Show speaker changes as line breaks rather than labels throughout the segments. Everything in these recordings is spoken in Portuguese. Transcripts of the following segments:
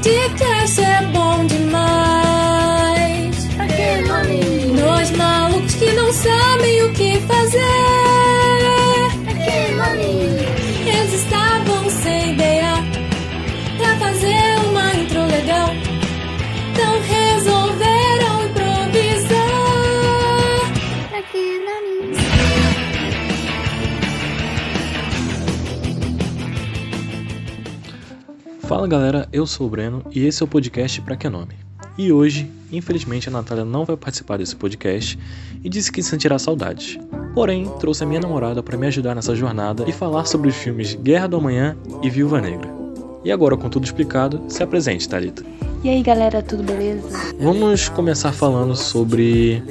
de cast é bom demais.
Pra que nome?
Nós malucos que não sabem o que fazer.
Pra que nome?
Eles estavam sem ideia pra fazer uma intro legal. Então resolveram improvisar.
Pra que nome?
Fala galera, eu sou o Breno e esse é o podcast Pra Que Nome. E hoje, infelizmente, a Natália não vai participar desse podcast e disse que sentirá saudades. Porém, trouxe a minha namorada pra me ajudar nessa jornada e falar sobre os filmes Guerra do Amanhã e Viúva Negra. E agora, com tudo explicado, se apresente, Thalita.
E aí galera, tudo beleza?
Vamos começar falando sobre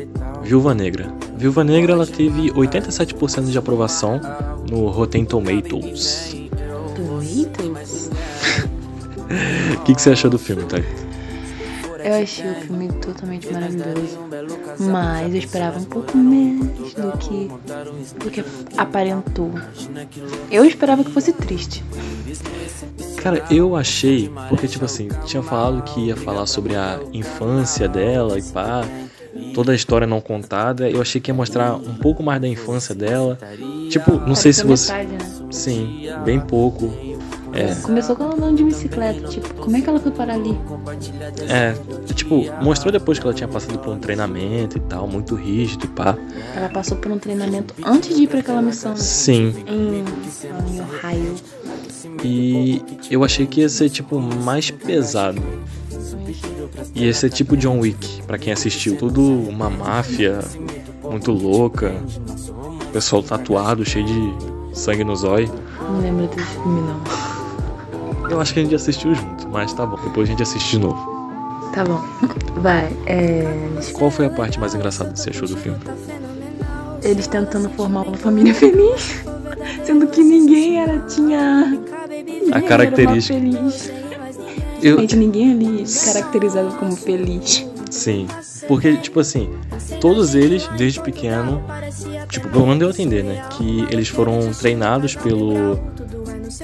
Viúva Negra. Viúva Negra ela teve 87% de aprovação no Rotten Tomatoes.
Doritos?
O que, que você achou do filme, Thalita?
Eu achei o filme totalmente maravilhoso, mas eu esperava um pouco menos do que, do que aparentou. Eu esperava que fosse triste.
Cara, eu achei, porque tipo assim, tinha falado que ia falar sobre a infância dela e pá, toda a história não contada, eu achei que ia mostrar um pouco mais da infância dela. Tipo, não sei se
Pareceu
você.
metade, né?
Sim, bem pouco. É,
Começou com ela andando de bicicleta, tipo, como é que ela foi parar ali?
é, tipo, mostrou depois que ela tinha passado por um treinamento e tal, muito rígido e pá.
Ela passou por um treinamento antes de ir pra aquela missão né?
Sim,
em, em Ohio.
E eu achei que ia ser tipo mais pesado. E esse é tipo John Wick, pra quem assistiu, tudo uma máfia muito louca, pessoal tatuado, cheio de sangue no zóio.
Não lembro desse filme não.
Eu acho que a gente assistiu junto, mas tá bom, depois a gente assiste de novo.
Tá bom, vai. É,
Qual foi a parte mais engraçada que você achou do filme?
Tá
eles tentando formar uma família feliz, sendo que ninguém era tinha ninguém era
característica.
uma feliz.
Eu,
Gente, ninguém ali é caracterizado como feliz.
Sim. Porque, tipo assim, todos eles, desde pequeno, tipo, pelo menos eu entender, né? Que eles foram treinados pelo,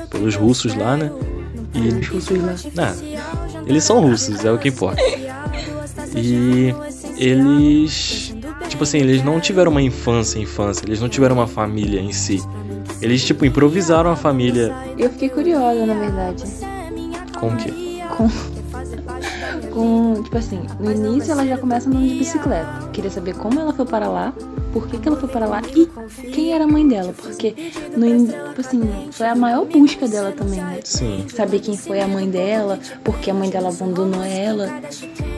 pelos russos lá, né? E.
Os russos lá.
Ah, eles são russos, é o que importa. E eles. Tipo assim, eles não tiveram uma infância, infância, eles não tiveram uma família em si. Eles, tipo, improvisaram a família
Eu fiquei curiosa, na verdade,
com o quê?
com, tipo assim, no início ela já começa andando de bicicleta. Queria saber como ela foi para lá, por que, que ela foi para lá e quem era a mãe dela, porque no in- tipo assim, foi a maior busca dela também, né?
Sim.
saber quem foi a mãe dela, porque a mãe dela abandonou ela.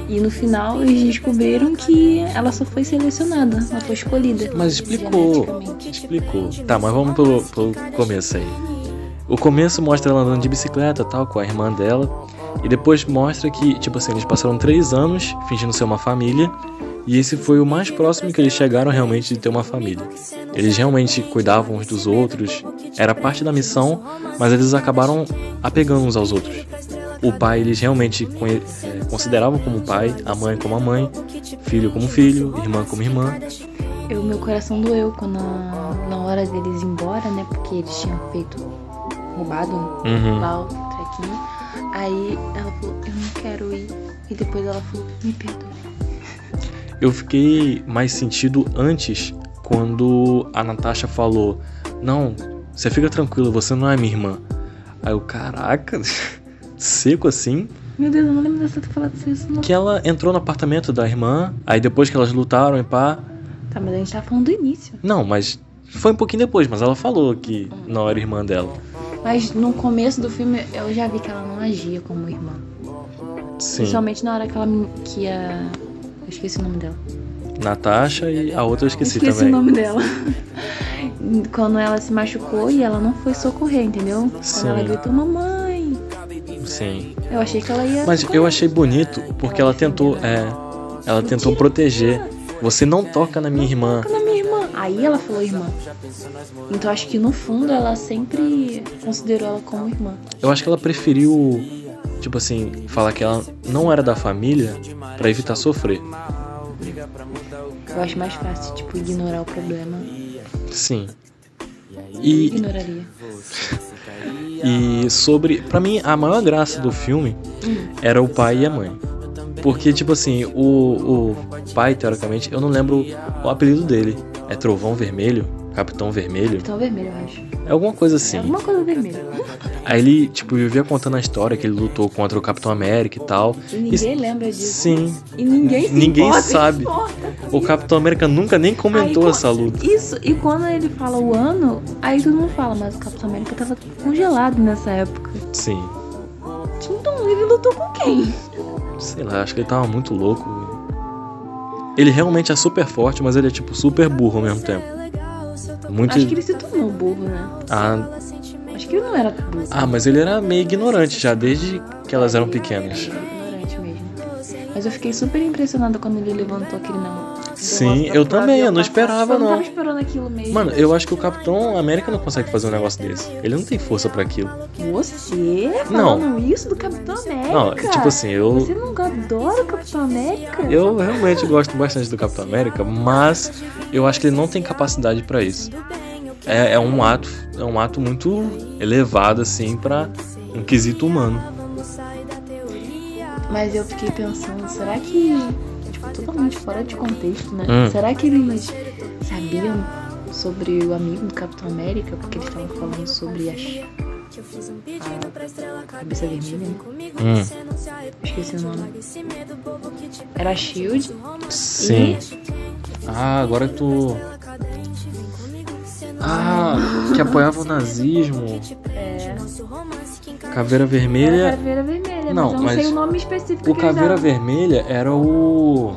E no final eles descobriram que ela só foi selecionada, ela foi escolhida.
Mas explicou.
geneticamente.
Explicou. Tá, mas vamos pelo, pelo começo aí. O começo mostra ela andando de bicicleta tal, com a irmã dela. E depois mostra que, tipo assim, eles passaram três anos fingindo ser uma família. E esse foi o mais próximo que eles chegaram realmente de ter uma família. Eles realmente cuidavam uns dos outros. Era parte da missão, mas eles acabaram apegando uns aos outros. O pai eles realmente conhe- eh, consideravam como pai, a mãe como a mãe, filho como filho, irmã como irmã.
Eu, meu coração doeu quando a- na hora deles ir embora, né? Porque eles tinham feito roubado
Uhum.
lá o trequinho. Aí ela falou, eu não quero ir. E depois ela falou, me perdoe.
Eu fiquei mais sentido antes quando a Natasha falou: Não, você fica tranquila, você não é minha irmã. Aí eu, caraca, seco assim.
Meu Deus, eu não lembro dessa ter falado isso, não.
Que ela entrou no apartamento da irmã, aí depois que elas lutaram e pá.
Tá, mas a gente tava falando do início.
Não, mas foi um pouquinho depois, mas ela falou que não era irmã dela.
Mas no começo do filme eu já vi que ela não agia como irmã.
Sim,
Principalmente na hora que ela me- que a. Eu esqueci o nome dela.
Natasha e a outra eu esqueci,
esqueci
também.
o nome dela. Quando ela se machucou e ela não foi socorrer, entendeu?
Sim.
Quando ela gritou, mamãe.
Sim.
Eu achei que ela ia.
Mas eu achei bonito porque ela tentou, é, ela tentou proteger. Você não toca na minha irmã.
Na minha irmã. Aí ela falou irmã. Então acho que no fundo ela sempre considerou ela como irmã.
Eu acho que ela preferiu, tipo assim, falar que ela não era da família pra evitar sofrer.
Eu acho mais fácil, tipo, ignorar o problema.
Sim. E,
Ignoraria.
e sobre. Pra mim, a maior graça do filme era o pai e a mãe. Porque, tipo assim, o, o pai, teoricamente, eu não lembro o apelido dele. É Trovão Vermelho? Capitão Vermelho?
Então vermelho, eu acho.
É alguma coisa assim.
É alguma coisa vermelha.
Aí ele, tipo, vivia contando a história que ele lutou contra o Capitão América e tal.
E ninguém
E-
lembra disso.
Sim.
E ninguém se
Ninguém
importa, se
sabe.
importa.
O Capitão América nunca nem comentou
Aí,
essa
quando-
luta.
Isso, e quando ele fala o ano, aí todo mundo fala, mas o Capitão América tava congelado nessa época.
Sim.
Então ele lutou com quem?
Sei lá, acho que ele tava muito louco. Ele realmente é super forte, mas ele é, tipo, super burro ao mesmo tempo. Muito.
Acho que ele se tornou burro, né?
Ah,
Acho que ele não era burro.
ah, mas ele era meio ignorante já, desde que elas eram pequenas.
Ele era ignorante mesmo. Mas eu fiquei super impressionada quando ele levantou aquele não.
Sim, eu também, eu não esperava,
Eu não tava
não.
esperando aquilo mesmo.
Mano, eu acho que o Capitão América não consegue fazer um negócio desse. Ele não tem força pra aquilo.
Você
Não.
falando isso do Capitão América?
Não, tipo assim, eu.
Você não adora o Capitão América?
Eu realmente gosto bastante do Capitão América, mas eu acho que ele não tem capacidade pra isso. É, é um ato, é um ato muito elevado assim pra um quesito humano.
Mas eu fiquei pensando, será que. Tipo, totalmente fora de contexto, né?
Hum.
Será que eles sabiam sobre o amigo do Capitão América? Porque eles estavam falando sobre as. A cabeça vermelha, né?
Hum,
Esqueci o nome. Era a Shield.
sim. Ah, agora tu. Ah, que apoiava o nazismo.
É. Era
Caveira
a
Vermelha.
caveira vermelha,
é- Não,
mas eu não
mas
sei o nome específico
O
que eles
Caveira
davam.
Vermelha era o.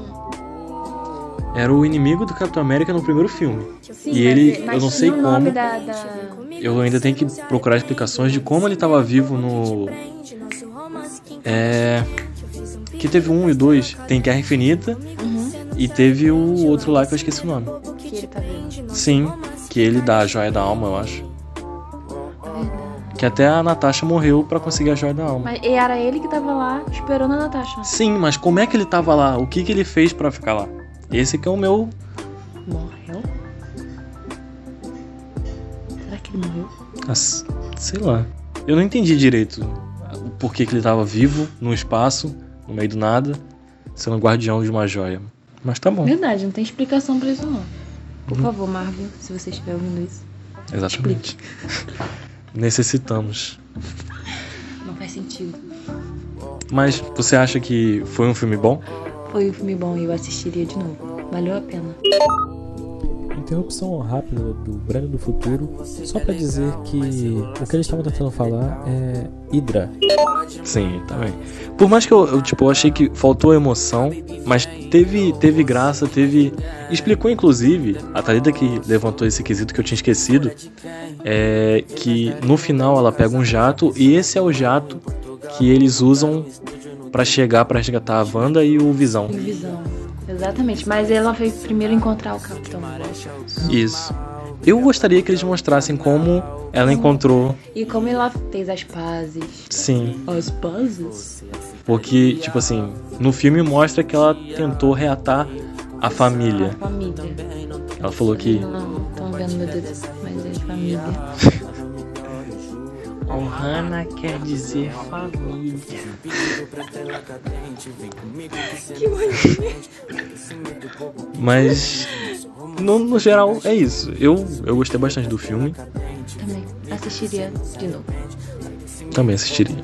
Era o inimigo do Capitão América no primeiro filme.
Sim,
e
mas-
ele-
mas
eu não
tinha
sei
o nome
como.
da- da-
Eu ainda tenho que procurar explicações de como ele estava vivo no. É. Que teve um e o dois. Tem Guerra Infinita e teve o outro lá que eu esqueci o nome.
que ele tá vendo.
Sim, que ele dá a joia da alma, eu acho. Que até a Natasha morreu pra conseguir a joia da alma.
Mas e era ele que tava lá esperando a Natasha.
Sim, mas como é que ele tava lá? O que que ele fez pra ficar lá? Esse que é o meu.
Morreu? Será que ele morreu?
ah, s- Sei lá. Eu não entendi direito o porquê que ele tava vivo, num espaço, no meio do nada, sendo guardião de uma joia. Mas tá bom.
Verdade, não tem explicação pra isso não. Por favor, Marvel, se você estiver ouvindo isso.
Exatamente. Necessitamos.
Não faz sentido.
Mas você acha que foi um filme bom?
Foi um filme bom e eu assistiria de novo. Valeu a pena.
Interrupção rápida do Brando do Futuro, só pra dizer que o que eles estavam tentando falar é Hydra.
Sim, também. Por mais que eu, eu, tipo, eu achei que faltou emoção, mas teve, teve graça, teve. Explicou, inclusive, a Thalita que levantou esse quesito que eu tinha esquecido, é que no final ela pega um jato e esse é o jato que eles usam pra chegar, pra resgatar a Wanda e o Visão.
Em visão. Exatamente, mas ela veio primeiro encontrar o Capitão.
Isso. Eu gostaria que eles mostrassem como ela encontrou,
E como ela fez as pazes.
sim,
As pazes?
Porque, tipo assim, no filme mostra que ela tentou reatar a
A
família.
família.
Ela falou que.
Não, estão vendo meu dedo, mas é família.
Ohana quer dizer família. Mas. No, no geral, é isso. Eu, eu gostei bastante do filme.
Também assistiria de novo.
Também assistiria.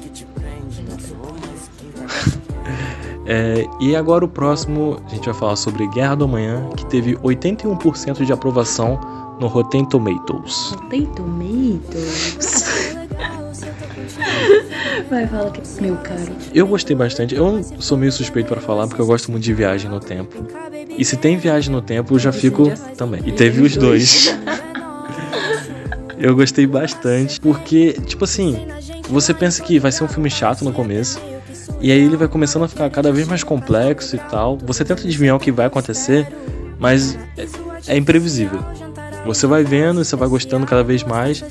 É, e agora o próximo, a gente vai falar sobre Guerra do Amanhã, que teve 81% de aprovação no Rotten Tomatoes.
Tem tomatoes. Vai, fala que é meu caro.
Eu gostei bastante. Eu sou meio suspeito pra falar porque eu gosto muito de viagem no tempo. E se tem viagem no tempo, eu já fico também. E teve os dois. eu gostei bastante porque, tipo assim, você pensa que vai ser um filme chato no começo. E aí ele vai começando a ficar cada vez mais complexo e tal. Você tenta adivinhar o que vai acontecer, mas é- é imprevisível. Você vai vendo, você vai gostando cada vez mais.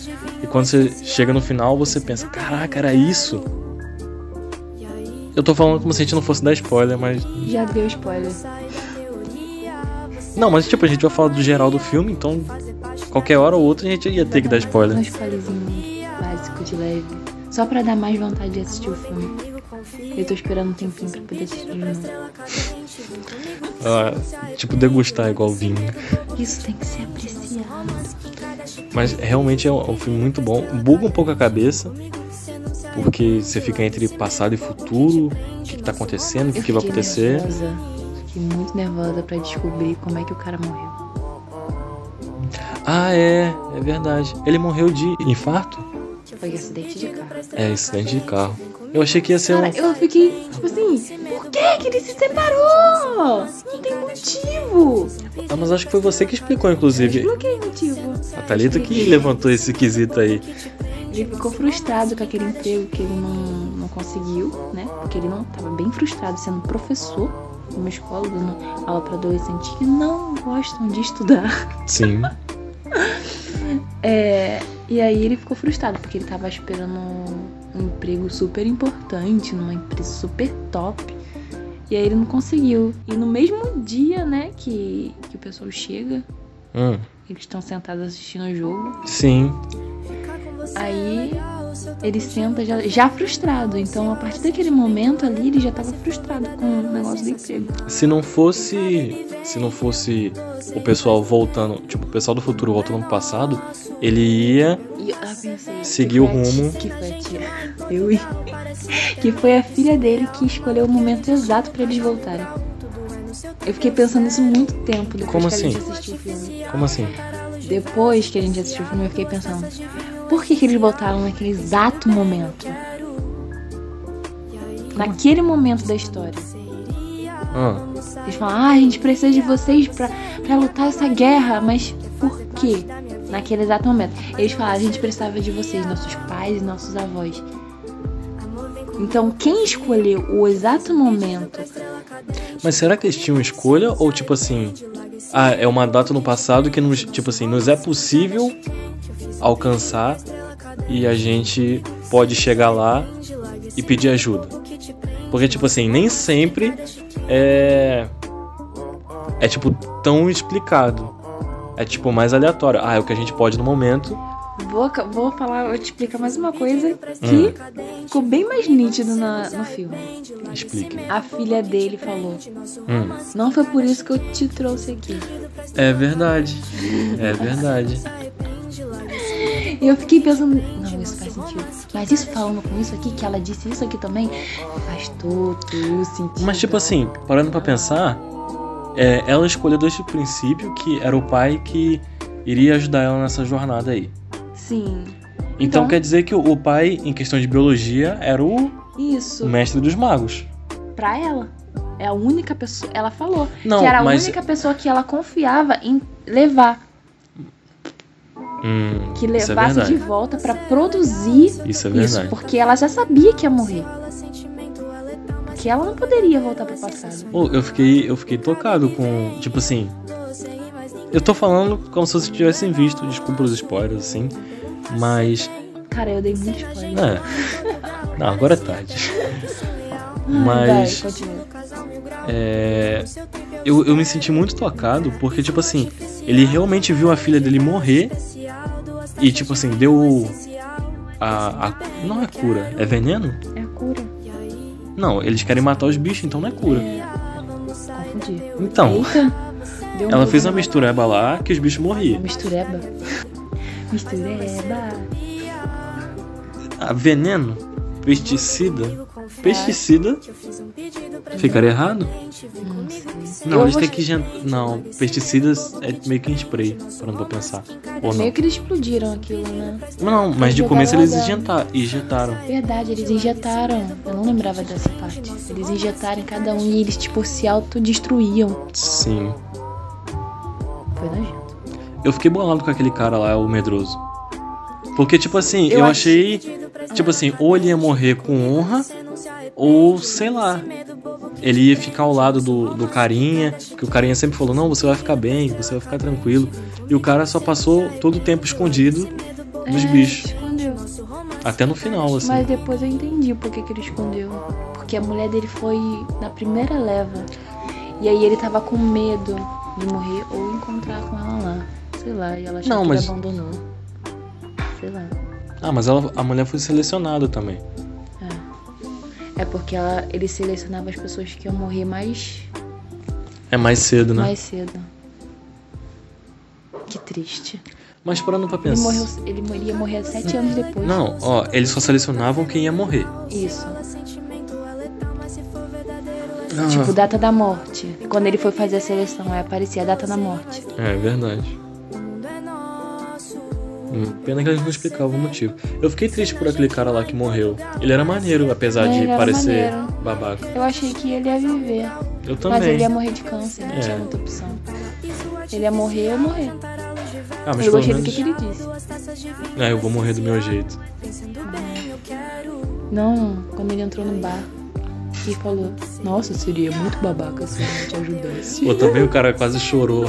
E quando você chega no final, você pensa: caraca, era isso? Eu tô falando como se a gente não fosse dar spoiler, mas.
Já deu spoiler.
Não, mas tipo, a gente vai falar do geral do filme, então Qualquer hora ou outra a gente ia ter que dar spoiler.
Um spoilerzinho básico de leve. Só pra dar mais vontade de assistir o filme. Eu tô esperando um tempinho pra poder assistir de novo.
Ah, tipo, degustar igual vinho.
Isso tem que ser apreciado.
Mas realmente é um, é um filme muito bom. Buga um pouco a cabeça, porque você fica entre passado e futuro, o que, que tá acontecendo, o que,
Eu
que vai
fiquei
acontecer.
Nervosa. Fiquei muito nervosa pra descobrir como é que o cara morreu.
Ah, é, é verdade. Ele morreu de infarto?
Foi de acidente de carro.
É, acidente de carro. Eu achei que ia ser um.
Cara, eu fiquei, tipo assim, por que que ele se separou? Não tem motivo.
Ah, mas acho que foi você que explicou, inclusive.
Não tem motivo.
A Thalita que levantou esse quesito aí.
Ele ficou frustrado com aquele emprego que ele não, não conseguiu, né? Porque ele não tava bem frustrado sendo professor numa escola, dando aula pra adolescentes que não gostam de estudar.
Sim.
É, e aí ele ficou frustrado, porque ele tava esperando um, um emprego super importante, numa empresa super top. E aí ele não conseguiu. E no mesmo dia, né, que, que o pessoal chega,
Hum,
eles estão sentados assistindo o jogo,
sim.
Aí ele senta já, já frustrado. Então, a partir daquele momento ali, ele já tava frustrado com o negócio do emprego.
Se não fosse. Se não fosse o pessoal voltando. Tipo, o pessoal do futuro voltando pro passado, ele ia.
E eu ah, pensei.
Seguiu
que foi a
o rumo.
tia- Que foi a tia. Eu e. Que foi a filha dele que escolheu o momento exato pra eles voltarem. Eu fiquei pensando nisso muito tempo depois
Como
que a
assim?
gente assistiu o filme.
Como assim?
Depois que a gente assistiu o filme, eu fiquei pensando. Por que, que eles voltaram naquele exato momento? Naquele momento da história.
Ah,
Eles falam, ah, a gente precisa de vocês pra, pra lutar essa guerra, mas por quê? Naquele exato momento. Eles falam, a gente precisava de vocês, nossos pais e nossos avós. Então, quem escolheu o exato momento?
mas será que eles tinham escolha? Ou tipo assim. Ah, é uma data no passado que nos. Tipo assim, nos é possível alcançar e a gente pode chegar lá e pedir ajuda. Porque, tipo assim, nem sempre é. É, tipo, tão explicado. É, tipo, mais aleatório. Ah, é o que a gente pode no momento.
Vou, ca- vou falar, vou te explicar mais uma coisa que ficou bem mais nítido na- no filme.
Hum. Explique.
A filha dele falou,
Hum.
não foi por isso que eu te trouxe aqui.
É verdade. É verdade.
E eu fiquei pensando, não, isso faz sentido. Mas isso um falando com isso aqui, que ela disse isso aqui também, faz todo sentido.
Mas, tipo assim, parando pra pensar, é, ela escolheu desde o princípio que era o pai que iria ajudar ela nessa jornada aí.
Sim.
Então,
Então-
quer dizer que o- o pai, em questão de biologia, era o
Isso,
mestre dos magos.
pra ela. É a única pessoa. Ela falou
Não,
que era a
mas.
única pessoa que ela confiava em levar.
Hum,
Que
isso é
levasse
verdade.
de volta pra produzir
Isso é
isso.
verdade.
Porque ela já sabia que ia morrer. Porque ela não poderia voltar pro passado.
Pô, eu fiquei, eu fiquei tocado com, tipo assim, eu tô falando como se vocês tivessem visto, desculpa os spoilers assim, mas,
Cara, eu dei muito spoiler.
é. Não, agora é tarde.
Ai,
Mas
Hum, vai, continua.
é, eu, eu me senti muito tocado porque, tipo assim, ele realmente viu a filha dele morrer e, tipo assim, deu a, a- não é cura, é veneno?
É a cura.
Não, eles querem matar os bichos, então não é cura.
Confundi.
Então,
Eita. Deu um
ela
bug
fez uma
na-
mistureba lá que os bichos morriam.
Mistureba. Mistureba.
Ah, veneno, pesticida, pesticida, ficaria errado?
Não sei.
Não,
Eu
eles
vou-
têm que gen- não, pesticidas é meio que em spray, parando pra pensar. Ou não?
Meio que eles explodiram aquilo, né?
Não, mas de
jogaram
começo eles
lá
injeta- injetaram.
Verdade, eles injetaram. Eu não lembrava dessa parte. Eles injetaram em cada um e eles, tipo, se autodestruíam.
Sim.
Foi nojento.
Eu fiquei bolado com aquele cara lá, o medroso. Porque tipo assim, eu,
Eu acho-
achei, tipo assim, ou ele ia morrer com honra, ou sei lá. Ele ia ficar ao lado do, do carinha, que o carinha sempre falou, não, você vai ficar bem, você vai ficar tranquilo. E o cara só passou todo o tempo escondido dos
É,
bichos. Assim.
Escondeu.
Até no final, assim.
Mas depois eu entendi por que, que ele escondeu. Porque a mulher dele foi na primeira leva. E aí ele tava com medo de morrer ou encontrar com ela lá. Sei lá, e ela achou
Não,
que
mas-
ele abandonou. Sei lá.
Ah, mas ela, a mulher foi selecionada também.
É porque ela, ele selecionava as pessoas que iam morrer mais,
É mais cedo, né?
mais cedo. Que triste.
Mas parando pra
Ele,
pensar.
morreu, ele mo- ele ia morrer sete anos depois.
Não, ó, eles só selecionavam quem ia morrer.
Isso.
Ah,
Tipo, data da morte. Quando ele foi fazer a seleção, aí aparecia a data da morte.
É verdade. Hum, Pena que eles não explicavam o motivo. Eu fiquei triste por aquele cara lá que morreu. Ele era maneiro, apesar
É,
de
ele era
parecer
maneiro.
babaca.
Eu achei que ele ia viver.
Eu
Mas ele
também.
ia morrer de câncer, não
É.
tinha muita opção. Ele ia morrer, eu ia morrer.
Ah, mas
eu
pelo
gostei do que,
menos.
que ele disse.
Ah, eu vou morrer do meu jeito.
Não, quando ele entrou no bar e falou: Nossa, seria muito babaca se eu não te ajudasse.
Pô, também o cara quase chorou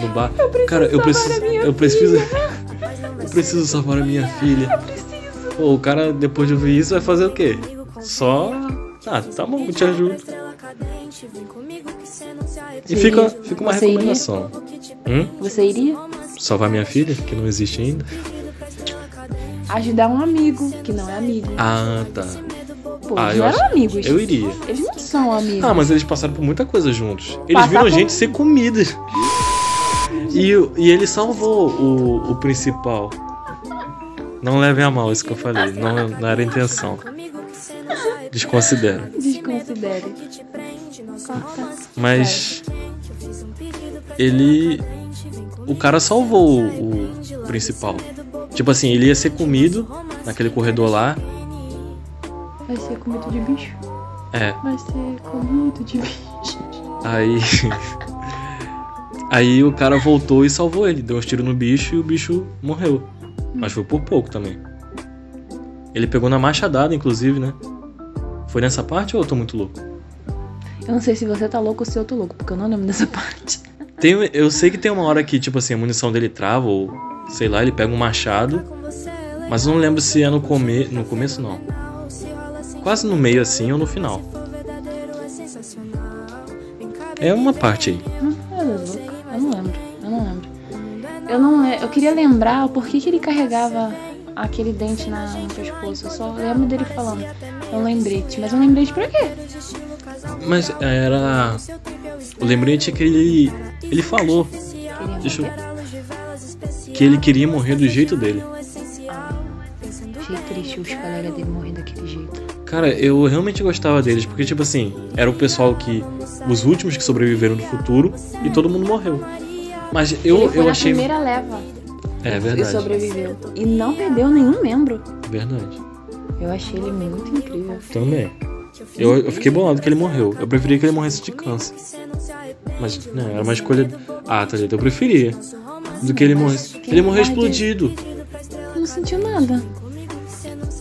no bar. cara, eu preciso. Eu preciso. eu preciso salvar a minha filha. Pô, o cara, depois de ouvir isso, vai fazer o quê? Só. Ah, tá bom, eu te ajudo. E
Você
fica,
iria?
fica uma
Você iria?
recomendação. Hum?
Você iria
Salvar minha filha, que não existe ainda.
ajudar um amigo que não é amigo.
Ah, tá.
Pô,
Ah,
eles
eu
não eram
acho-
amigos.
Eu iria.
Eles não são amigos.
Ah, mas eles passaram por muita coisa juntos. Eles
Passar
viram
por-
gente ser comida. E, o- e ele salvou o, o principal. Não levem a mal isso que eu falei. Não, não era a intenção. Desconsidera.
Desconsidere.
Mas. Ele. O cara salvou o, o principal. Tipo assim, ele ia ser comido naquele corredor lá.
Vai ser comido de bicho.
É.
Vai ser comido de bicho.
Aí. Aí o cara voltou e salvou ele. Deu uns tiros no bicho e o bicho morreu. Mas foi por pouco também. Ele pegou na machadada, inclusive, né? Foi nessa parte ou eu tô muito louco?
Eu não sei se você tá louco ou se eu tô louco, porque eu não lembro dessa parte.
Tem, eu sei que tem uma hora que, tipo assim, a munição dele trava ou sei lá, ele pega um machado. Mas eu não lembro se é no come, no começo não. Quase no meio assim ou no final. É uma parte aí.
Hum, eu não lembro. Eu não lembro. Eu não lembro. Eu não le- Eu queria lembrar o porquê que ele carregava aquele dente na, no pescoço. Eu só lembro dele falando. É um lembrete. Mas um lembrete pra quê?
Mas era. O lembrete é que ele. Ele falou
Queria
Deixa eu... Que ele queria morrer do jeito dele.
Achei triste os colegas dele morrendo daquele jeito.
Cara, eu realmente gostava deles, porque, tipo assim, era o pessoal que. Os últimos que sobreviveram no futuro e todo mundo morreu. Mas eu,
ele foi
eu
na
achei.
primeira leva
É
e
verdade.
sobreviveu. E não perdeu nenhum membro.
Verdade.
Eu achei ele é muito incrível.
Também. Eu, eu fiquei bolado que ele morreu. Eu preferia que ele morresse de câncer. Mas, né, era uma escolha. Ah, tá ligado? Eu preferia. Do que ele morresse. Ele morreu explodido.
Eu não senti nada.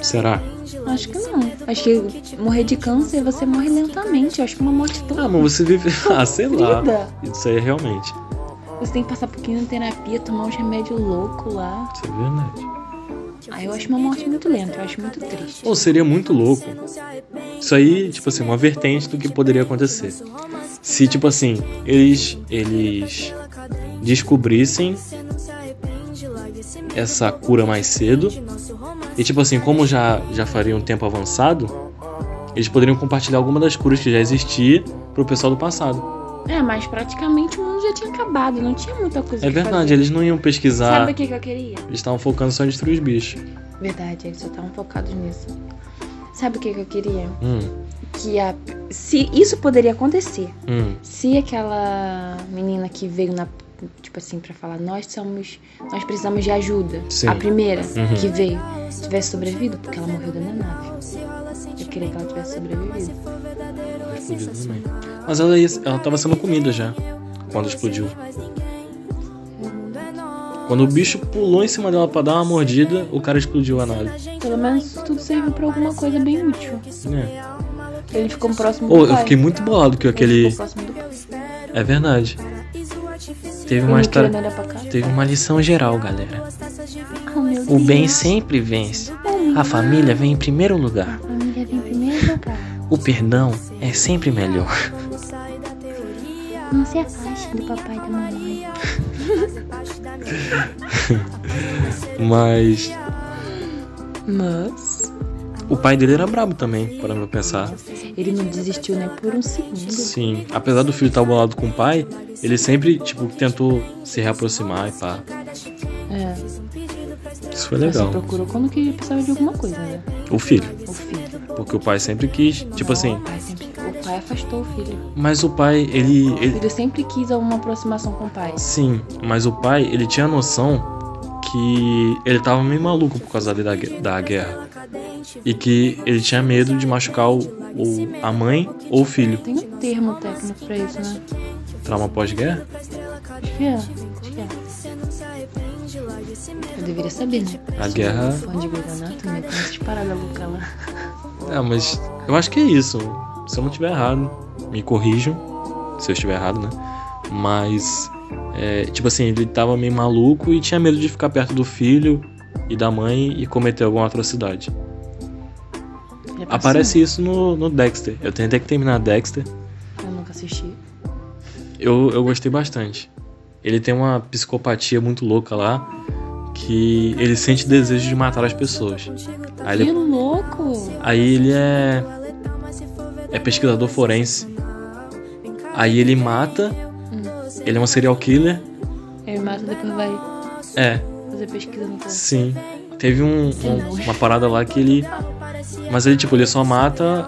Será?
Acho que não. Acho que morrer de câncer, você morre lentamente. Eu acho que é uma morte tão
Ah, mas você vive. Ah, sei lá.
sofrida.
Isso aí é realmente.
Você tem que passar um por quimioterapia, tomar uns remédios loucos lá.
Isso é verdade.
Aí Ah, eu acho uma morte muito lenta, eu acho muito triste.
Ou seria muito louco. Isso aí, tipo assim, uma vertente do que poderia acontecer. Se, tipo assim, eles, eles descobrissem essa cura mais
um
cedo. E, tipo assim, como já, já faria um tempo avançado, eles poderiam compartilhar alguma das curas que já existia pro pessoal do passado.
É, mas praticamente o mundo já tinha acabado, não tinha muita coisa
É
que
verdade, tá
fazer.
eles não iam
Sabe
pesquisar.
o que, que eu queria?
Eles estavam focando só em destruir os bichos.
Verdade, eles só estavam focados nisso. Sabe o que, que eu queria?
Hum,
Que a. Se isso poderia acontecer.
hum.
Se aquela menina que veio na. Tipo assim, pra falar, nós somos. Nós precisamos de ajuda.
Sim.
A primeira
Uhum.
que veio tivesse sobrevivido, porque ela morreu dentro da nave. Eu queria que ela tivesse sobrevivido.
é
Explodiu também. Mas ela, ia, ela tava sendo comida já quando explodiu. Quando o bicho pulou em cima dela pra dar uma mordida, o cara explodiu a nave.
Pelo menos tudo
tá
serviu pra alguma coisa bem útil.
É.
Ele ficou próximo do
Pô, eu
pai.
fiquei muito bolado que
Ele
aquele.
ficou próximo do pai.
É verdade. Teve
Ele
uma
não
história.
queria olhar pra cá.
Teve uma lição geral, galera.
Ah,
assim.
meu
O bem
Deus.
sempre vence. A família vem em primeiro lugar.
É A família vem em primeiro lugar.
O perdão é sempre melhor.
Não se afaste do papai e da mamãe.
Mas
Mas
o pai dele era brabo também, para pra pensar.
ele não desistiu nem por um segundo.
Sim, apesar do filho estar bolado com o pai, ele sempre, tipo, tentou se reaproximar e pá.
É.
Isso foi
Mas Você
legal.
procurou quando que ele precisava de alguma coisa, né?
O filho,
O filho.
porque o pai sempre quis, tipo assim,
O pai, sempre- o pai afastou o filho.
mas o pai, ele,
O
ele
filho sempre quis uma aproximação com o pai.
sim, mas o pai, ele tinha noção que ele tava meio maluco por causa da, da guerra e que ele tinha medo de machucar o, o- a mãe ou o filho.
Tem um termo técnico pra isso, né?
Trauma pós-guerra?
Acho que é. Acho que é. Eu deveria saber, né?
A guerra.
Fã de né? Grey's Anatomy, tem essas paradas loucas lá.
É, mas eu acho que é isso. Se eu não estiver errado, me corrijam. Se eu estiver errado, né? Mas, é, tipo assim, ele tava meio maluco e tinha medo de ficar perto do filho e da mãe e cometer alguma atrocidade.
Já passou?
Aparece isso no, no Dexter. Eu tentei que terminar Dexter.
Eu nunca assisti.
Eu, eu gostei bastante. Ele tem uma psicopatia muito louca lá que ele sente desejo de matar as pessoas. Aí
Que
ele,
louco!
aí ele é. É pesquisador forense. Aí ele mata. Ele é um serial killer.
Ele mata depois Hum. vai
É,
fazer pesquisa no caso.
sim. Teve um- um- uma parada lá que ele. Mas ele, tipo, ele só mata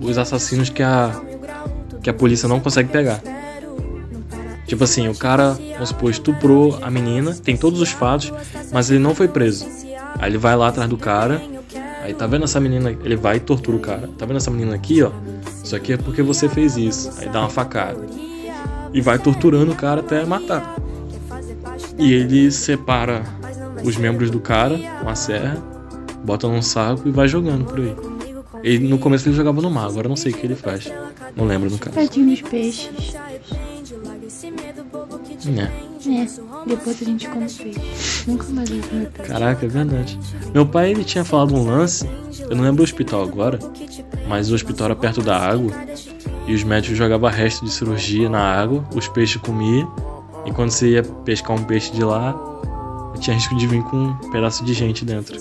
os assassinos que a. que a polícia não consegue pegar. Tipo assim, o cara, vamos supor, estuprou a menina, tem todos os fatos, mas ele não foi preso. Aí ele vai lá atrás do cara, aí tá vendo essa menina, ele vai e tortura o cara. Tá vendo essa menina aqui, ó? Isso aqui é porque você fez isso. Aí dá uma facada. E vai torturando o cara até matar. E ele separa os membros do cara com a serra, bota num saco e vai jogando por aí. Ele, no começo ele jogava tipo no mar, agora eu não sei o que ele faz. Não lembro no caso.
Tadinho dos peixes.
É.
É, depois a gente come peixe. Nunca mais vou comer peixe.
Caraca, é verdade. Meu pai ele tinha falado um lance, eu não lembro o hospital agora, mas o hospital era perto da água e os médicos jogavam resto de cirurgia na água, os peixes comiam e quando você ia pescar um peixe de lá, tinha risco de vir com um pedaço de gente dentro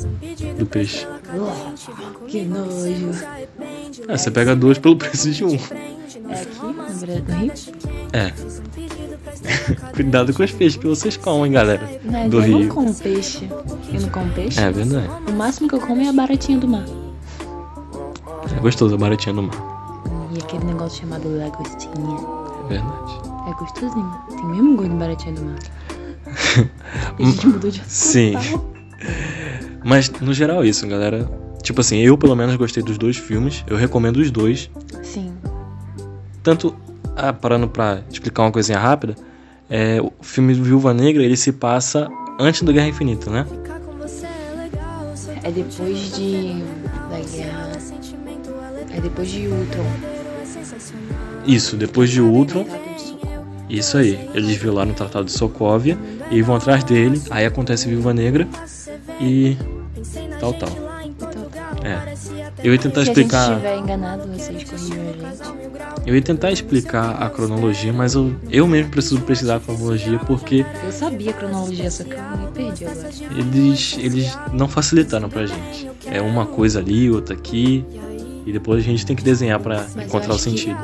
do peixe.
Uau, que nojo.
É, você pega dois pelo preço de um.
É aqui, no Brasil, no Rio?
É. Cuidado com os peixes que vocês comem, galera.
Mas
Do
eu
Rio.
não é, como peixe. Eu não como peixe?
É verdade.
O máximo que eu como é a baratinha do mar.
É gostoso a baratinha do mar.
E aquele negócio chamado lagostinha.
É verdade.
É gostosinho. Tem mesmo gosto de baratinha do mar. A gente mudou de assunto. tá?
Sim. Mas no geral é isso, galera. Tipo assim, eu pelo menos gostei dos dois filmes. Eu recomendo os dois.
Sim.
Tanto, ah, parando pra explicar uma coisinha rápida, é, o filme Viúva Negra ele se passa antes da Guerra Infinita, né?
É depois de. da guerra. É depois de Ultron.
é
Isso, depois de Ultron.
Tratado de Socorro.
Isso aí. Eles violaram o Tratado de Sokovia e vão atrás dele. Aí acontece Viúva Negra e tal, tal. É. Eu ia tentar
Se a gente
explicar.
estiver enganado, vocês
um
corrigem a gente.
Eu ia tentar explicar a cronologia, mas eu, eu mesmo preciso pesquisar a cronologia porque
Eu sabia a cronologia, só que eu me perdi agora.
eles, eles não facilitaram pra gente. É uma coisa ali, outra aqui, e depois a gente tem que desenhar pra
Mas
encontrar
eu
o
acho que-
sentido.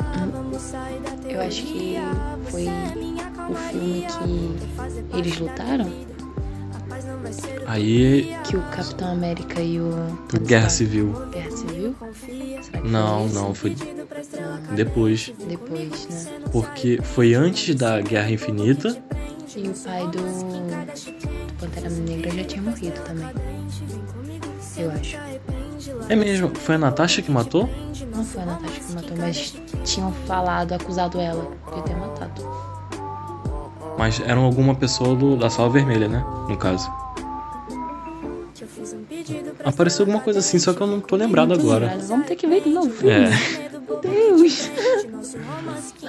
Eu acho que foi o filme que eles lutaram,
Aí,
que o é Capitão América e o
Guerra Civil.
Guerra Civil. Será que
Não,
foi esse?
não, foi depois.
Depois, né?
Porque foi antes da Guerra Infinita.
E o pai do, do Pantera Negra já tinha morrido também. Eu acho.
É mesmo, foi a Natasha que matou?
Não foi a Natasha que matou, mas tinham falado, acusado ela de ter matado.
Mas era alguma pessoa do- da sala vermelha, né? No caso. Apareceu alguma coisa assim, só que eu não tô lembrado
Não tô
agora.
lembrada. Vamos ter que ver de novo.
É.
Meu Deus.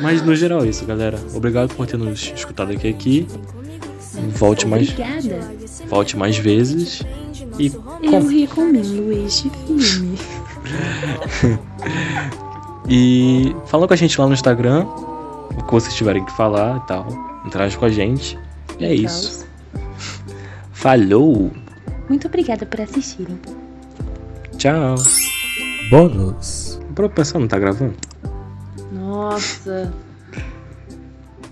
Mas no geral é isso, galera. Obrigado por ter nos escutado até aqui. Volte mais,
Obrigada.
volte mais vezes. E
Eu
com-
recomendo este filme.
E fala com a gente lá no Instagram, o que vocês tiverem que falar e tal. Interage com a gente. É isso. Falhou.
Muito obrigada por assistirem.
Tchau.
Bônus.
Pra pensar, não tá gravando?
Nossa.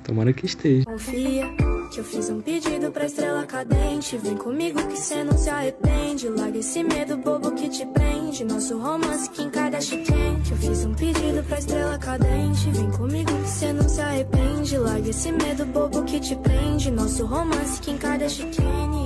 Tomara que esteja.
Confia que eu fiz um pedido pra estrela cadente. Vem comigo que cê não se arrepende. Larga esse medo bobo que te prende. Nosso romance Kim Kardashian. Que eu fiz um pedido pra estrela cadente. Vem comigo que cê não se arrepende. Larga esse medo bobo que te prende. Nosso romance Kim Kardashian.